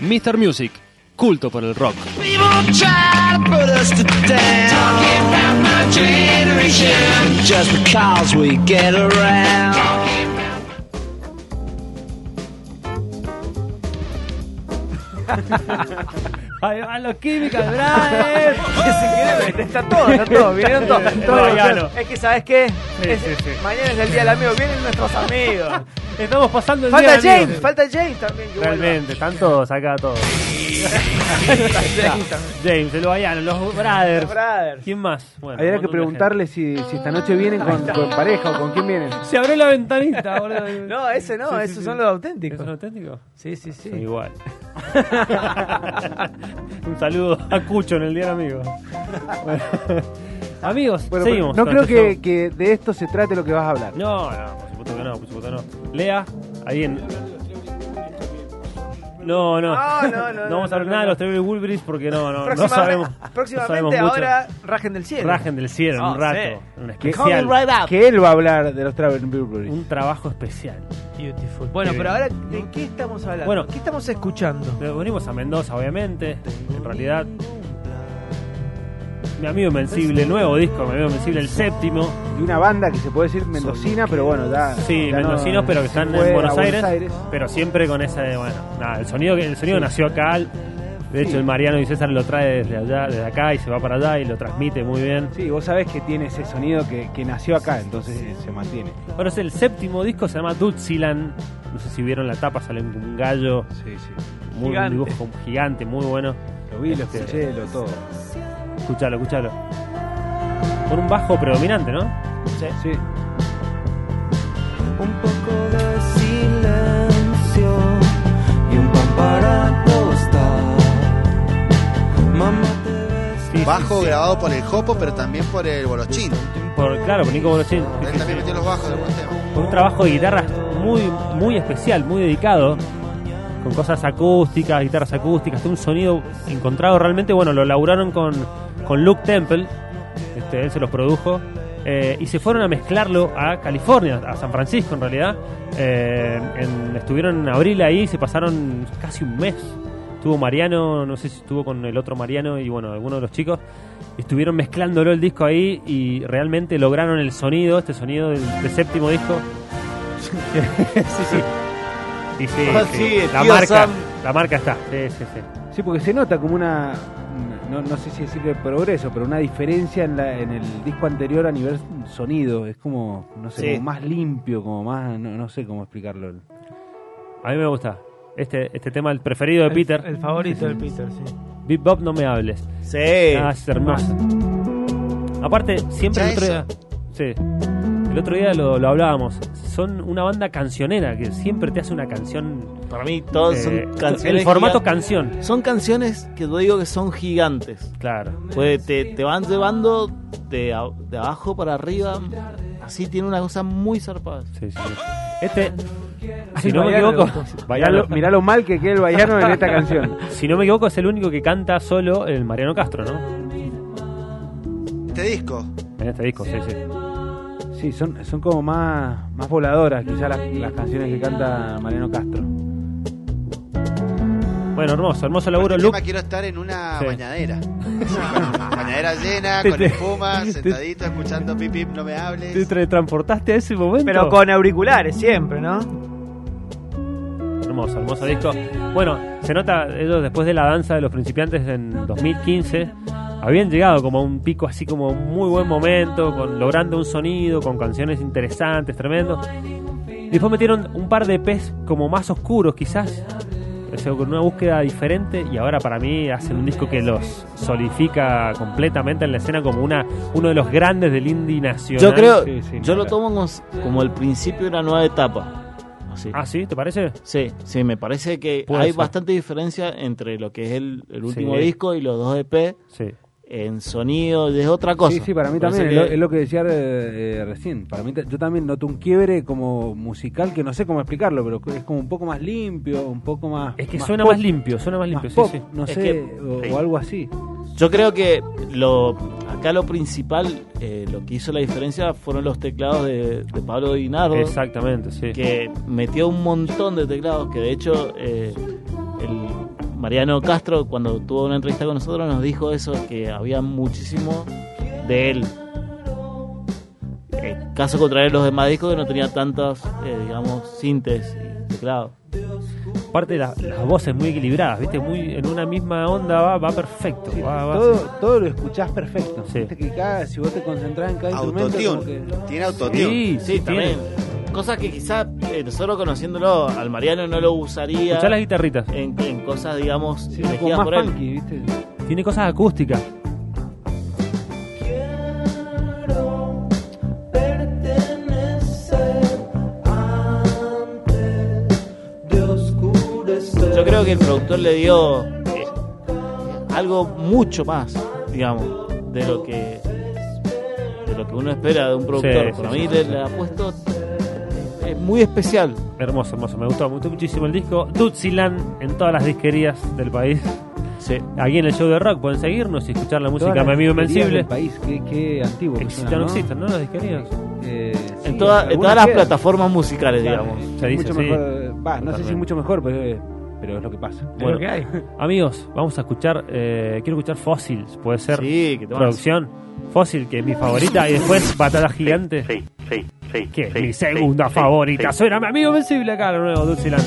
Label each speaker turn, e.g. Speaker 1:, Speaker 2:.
Speaker 1: Mr. Music, culto por el rock.
Speaker 2: People try to put us to down. Talking about my generation. Just because we get around.
Speaker 3: Ahí van los químicos de Brian.
Speaker 4: Está todo, está todo, vinieron todos. todos los-
Speaker 3: Mariano.
Speaker 4: es que, ¿sabes qué? Es-
Speaker 3: sí, sí.
Speaker 4: Mañana es el día del amigo, vienen nuestros amigos.
Speaker 3: Estamos pasando el
Speaker 4: Falta
Speaker 3: día
Speaker 4: James,
Speaker 3: amigo.
Speaker 4: falta James también. que vuelva.
Speaker 3: Realmente, están todos acá todos.
Speaker 4: James también.
Speaker 3: James, el Bayano, los brothers.
Speaker 4: Brothers.
Speaker 3: ¿Quién más? Bueno,
Speaker 5: Habría
Speaker 3: un
Speaker 5: que
Speaker 3: montón de
Speaker 5: preguntarle si, si esta noche vienen con, con pareja o con quién vienen.
Speaker 3: gente. Se abrió la ventanita, boludo.
Speaker 4: No, ese no,
Speaker 3: Sí, sí,
Speaker 4: esos
Speaker 3: sí.
Speaker 4: son los
Speaker 3: ¿Eso es
Speaker 4: auténticos.
Speaker 3: auténtico?
Speaker 4: Sí, sí, sí.
Speaker 3: Igual. un saludo a Cucho en el día del amigo. Bueno. Amigos,
Speaker 5: Bueno,
Speaker 3: seguimos.
Speaker 5: no
Speaker 3: con
Speaker 5: creo
Speaker 3: este show.
Speaker 5: que, que de esto se trate lo que vas a hablar.
Speaker 3: No, no, por supuesto que no, por supuesto que no. Lea, ahí en. No, no.
Speaker 4: Ah, No, no, no, no,
Speaker 3: vamos a hablar
Speaker 4: no,
Speaker 3: nada
Speaker 4: no.
Speaker 3: de los Trevor Woolbridge porque no, no, no
Speaker 4: Próximamente-
Speaker 3: sabemos.
Speaker 4: Próximamente
Speaker 3: no sabemos
Speaker 4: ahora Rajen del
Speaker 3: Mucho.
Speaker 4: Cielo.
Speaker 3: Rajen del cielo,
Speaker 4: Oh,
Speaker 3: un rato.
Speaker 4: sí.
Speaker 3: Un
Speaker 4: Coming
Speaker 3: especial.
Speaker 4: right up.
Speaker 5: Que él va a hablar de los Traveling Burberry.
Speaker 3: Un trabajo especial.
Speaker 4: Beautiful. Bueno,
Speaker 5: Eh,
Speaker 3: Qué
Speaker 4: pero
Speaker 3: bien.
Speaker 4: ahora, ¿de qué estamos hablando?
Speaker 3: Bueno.
Speaker 4: ¿Qué estamos escuchando?
Speaker 3: Nos venimos a Mendoza, obviamente. En realidad, mi amigo Invencible, nuevo disco, mi amigo Invencible, el séptimo.
Speaker 5: De una banda que se puede decir mendocina, pero bueno, da.
Speaker 3: Sí,
Speaker 5: ya no-
Speaker 3: mendocinos, pero que
Speaker 5: se
Speaker 3: están
Speaker 5: fue
Speaker 3: en
Speaker 5: a
Speaker 3: Buenos Aires, Pero siempre con esa de, bueno, nada, el sonido, que- el sonido nació acá. De hecho,
Speaker 5: Sí.
Speaker 3: el Mariano y César lo trae desde allá, desde acá y se va para allá y lo transmite muy bien.
Speaker 5: Sí, vos sabés que tiene ese sonido que, que nació acá, entonces eh, se mantiene.
Speaker 3: Ahora es el séptimo disco, se llama Dutzilan. No sé si vieron la tapa, sale un- un gallo,
Speaker 5: Sí, sí.
Speaker 3: muy, un
Speaker 4: Gigante.
Speaker 3: dibujo gigante, muy bueno.
Speaker 5: Lo vi, lo
Speaker 3: Este-
Speaker 5: escuché, lo todo.
Speaker 3: Escuchalo, escuchalo. Con un bajo predominante, ¿no?
Speaker 5: Sí.
Speaker 2: Un poco de silencio y un pan para tostar. Mamá te ves.
Speaker 3: Sí, sí,
Speaker 6: Bajo
Speaker 3: sí.
Speaker 6: grabado por el Jopo, pero también por el Bolochín.
Speaker 3: Por, claro, por Nico Bolochín.
Speaker 6: Él también metió los bajos de buen tema.
Speaker 3: un trabajo de guitarras muy, muy especial, muy dedicado, con cosas acústicas, guitarras acústicas, tiene un sonido encontrado realmente, bueno, lo laburaron con, con Luke Temple, este, él se los produjo, eh, y se fueron a mezclarlo a California, a San Francisco en realidad, Eh, en- estuvieron en abril ahí, se pasaron casi un mes, estuvo Mariano, no sé si estuvo con el otro Mariano y bueno, alguno de los chicos, estuvieron mezclándolo el disco ahí y realmente lograron el sonido, este sonido del, del séptimo disco. sí, sí. Sí, sí,
Speaker 6: Ah,
Speaker 3: sí.
Speaker 6: sí,
Speaker 3: La
Speaker 6: tío
Speaker 3: marca,
Speaker 6: Sam.
Speaker 3: la marca está. Sí, sí, sí.
Speaker 5: Sí, porque se nota como una. una- No, no sé si decir que progreso, pero una diferencia en, la, en el disco anterior a nivel sonido. Es como, no sé,
Speaker 6: Sí.
Speaker 5: como más limpio, como más. No, no sé cómo explicarlo.
Speaker 3: A mí me gusta. Este, este tema, el preferido de
Speaker 4: El-
Speaker 3: Peter.
Speaker 4: El, favorito del Peter, sí.
Speaker 3: Big Bob, no me hables.
Speaker 4: Sí.
Speaker 3: Ah, es hermoso. Aparte, siempre el
Speaker 6: Ya
Speaker 3: otro
Speaker 6: eso.
Speaker 3: día. Sí. El otro día lo, lo hablábamos. Son una banda cancionera que siempre te hace una canción.
Speaker 7: Para mí todos
Speaker 3: eh,
Speaker 7: son canciones.
Speaker 3: El formato
Speaker 7: gigan-
Speaker 3: canción.
Speaker 7: Son canciones que yo digo que son gigantes.
Speaker 3: Claro.
Speaker 7: Pues te, te van llevando de, a- de abajo para arriba. Así tiene una cosa muy zarpada.
Speaker 3: Sí, sí. Este, si
Speaker 5: Ah,
Speaker 4: el
Speaker 3: no me
Speaker 4: Bayano
Speaker 3: equivoco,
Speaker 4: le gustó.
Speaker 5: Mirá
Speaker 3: Bayano.
Speaker 5: lo, mirá lo mal que queda el Bayano en esta canción.
Speaker 3: si no me equivoco es el único que canta solo el Mariano Castro, ¿no?
Speaker 6: Este disco.
Speaker 3: En este disco, sí, sí.
Speaker 5: Sí, son, son como más, más voladoras, quizás las, las canciones que canta Mariano Castro.
Speaker 3: Bueno, hermoso, hermoso laburo,
Speaker 6: Este tema
Speaker 3: Luke.
Speaker 6: quiero estar en una
Speaker 3: Sí.
Speaker 6: bañadera. Con bañadera llena,
Speaker 3: Te-
Speaker 6: con
Speaker 3: te-
Speaker 6: espuma,
Speaker 3: te-
Speaker 6: sentadito, escuchando pip pip, no me hables.
Speaker 3: Te tra- transportaste a ese momento.
Speaker 4: Pero con auriculares siempre, ¿no?
Speaker 3: Hermoso, hermoso disco. Bueno, se nota, ellos después de la danza de los principiantes en 2015, habían llegado como a un pico así como muy buen momento, con, logrando un sonido, con canciones interesantes, tremendo. Después metieron un par de pez como más oscuros quizás, o sea, con una búsqueda diferente y ahora para mí hacen un disco que los solidifica completamente en la escena como una uno de los grandes del indie nacional.
Speaker 7: Yo creo,
Speaker 5: sí, sí,
Speaker 7: yo
Speaker 5: no,
Speaker 7: lo
Speaker 5: claro.
Speaker 7: tomo como, como el principio de una nueva etapa. Así.
Speaker 3: Ah, sí, ¿te parece?
Speaker 7: Sí, sí, me parece que
Speaker 3: Puede
Speaker 7: hay
Speaker 3: ser.
Speaker 7: bastante diferencia entre lo que es el, el último
Speaker 3: Sí.
Speaker 7: disco y los dos EP
Speaker 3: Sí.
Speaker 7: en sonido, es otra cosa.
Speaker 5: Sí, sí, para mí
Speaker 7: Parece
Speaker 5: también, es lo,
Speaker 7: que-
Speaker 5: es lo que decía eh, eh, recién. Para mí, ta- yo también noto un quiebre como musical, que no sé cómo explicarlo, pero es como un poco más limpio, un poco más...
Speaker 3: Es que
Speaker 5: más
Speaker 3: suena
Speaker 5: pop,
Speaker 3: más limpio, suena más limpio,
Speaker 5: más
Speaker 3: sí,
Speaker 5: pop,
Speaker 3: sí.
Speaker 5: no
Speaker 7: Es
Speaker 5: sé,
Speaker 7: que-
Speaker 5: o,
Speaker 7: sí.
Speaker 5: o algo así.
Speaker 7: Yo creo que lo acá lo principal, eh, lo que hizo la diferencia fueron los teclados de, de Pablo Dinardo,
Speaker 3: Exactamente, sí.
Speaker 7: que metió un montón de teclados, que de hecho eh, el Mariano Castro, cuando tuvo una entrevista con nosotros, nos dijo eso, que había muchísimo de él. Eh, caso contrario a los demás discos, que no tenía tantas, eh, digamos, sintes y teclado.
Speaker 3: Aparte la- las voces muy equilibradas, ¿viste? Muy en una misma onda va, va perfecto.
Speaker 5: Sí,
Speaker 3: va- va-
Speaker 5: todo, todo lo escuchás perfecto.
Speaker 3: Sí.
Speaker 5: Viste que cada- si vos te concentrás en cada instrumento,
Speaker 6: Autotune.
Speaker 5: como
Speaker 6: Tiene autotune.
Speaker 3: Sí, sí,
Speaker 7: también.
Speaker 3: tiene.
Speaker 7: Cosas que quizás eh, nosotros conociéndolo al Mariano no lo usaría
Speaker 3: Escuchá las guitarritas.
Speaker 5: Eh.
Speaker 7: en, en cosas, digamos,
Speaker 5: que, sí, como
Speaker 7: elegidas
Speaker 5: más
Speaker 7: por él.
Speaker 5: funky, ¿viste?
Speaker 3: Tiene cosas acústicas.
Speaker 7: Yo creo que el productor le dio eh, algo mucho más, digamos, de lo que de lo que uno espera de un productor.
Speaker 3: sí,
Speaker 7: Para
Speaker 3: sí,
Speaker 7: mí
Speaker 3: sí,
Speaker 7: le,
Speaker 3: sí.
Speaker 7: le ha puesto eh, es muy especial.
Speaker 3: Hermoso, hermoso. Me gustó, me gustó muchísimo el disco. Dutziland en todas las disquerías del país.
Speaker 7: Sí.
Speaker 3: Aquí en el show de rock pueden seguirnos y escuchar la música
Speaker 5: Todas
Speaker 3: Mi
Speaker 5: las
Speaker 3: Amigo
Speaker 5: disquerías
Speaker 3: Invencible.
Speaker 5: del país, qué, qué antiguo. que
Speaker 3: Existen,
Speaker 5: suena,
Speaker 3: no existen, ¿no? Las disquerías.
Speaker 5: Eh,
Speaker 7: En,
Speaker 5: sí,
Speaker 7: toda- en
Speaker 5: algunas
Speaker 7: todas las
Speaker 5: quedan.
Speaker 7: plataformas musicales, digamos.
Speaker 5: Claro, es
Speaker 3: Se dice,
Speaker 5: mucho
Speaker 3: sí.
Speaker 5: mejor, va, no sé si
Speaker 3: Totalmente.
Speaker 5: es mucho mejor, pero, eh, pero es lo que pasa.
Speaker 3: Bueno.
Speaker 4: Bueno, que hay.
Speaker 3: Amigos, vamos a escuchar. eh, quiero escuchar Fossils, puede ser.
Speaker 7: Sí, que te van a-
Speaker 3: Producción. Fósil, que es mi favorita. Y después Batalla Gigante.
Speaker 8: sí, sí, sí.
Speaker 3: que es
Speaker 8: sí, sí,
Speaker 3: mi segunda
Speaker 8: sí,
Speaker 3: favorita.
Speaker 8: sí.
Speaker 3: Suena mi amigo invencible acá, lo nuevo Dulciland.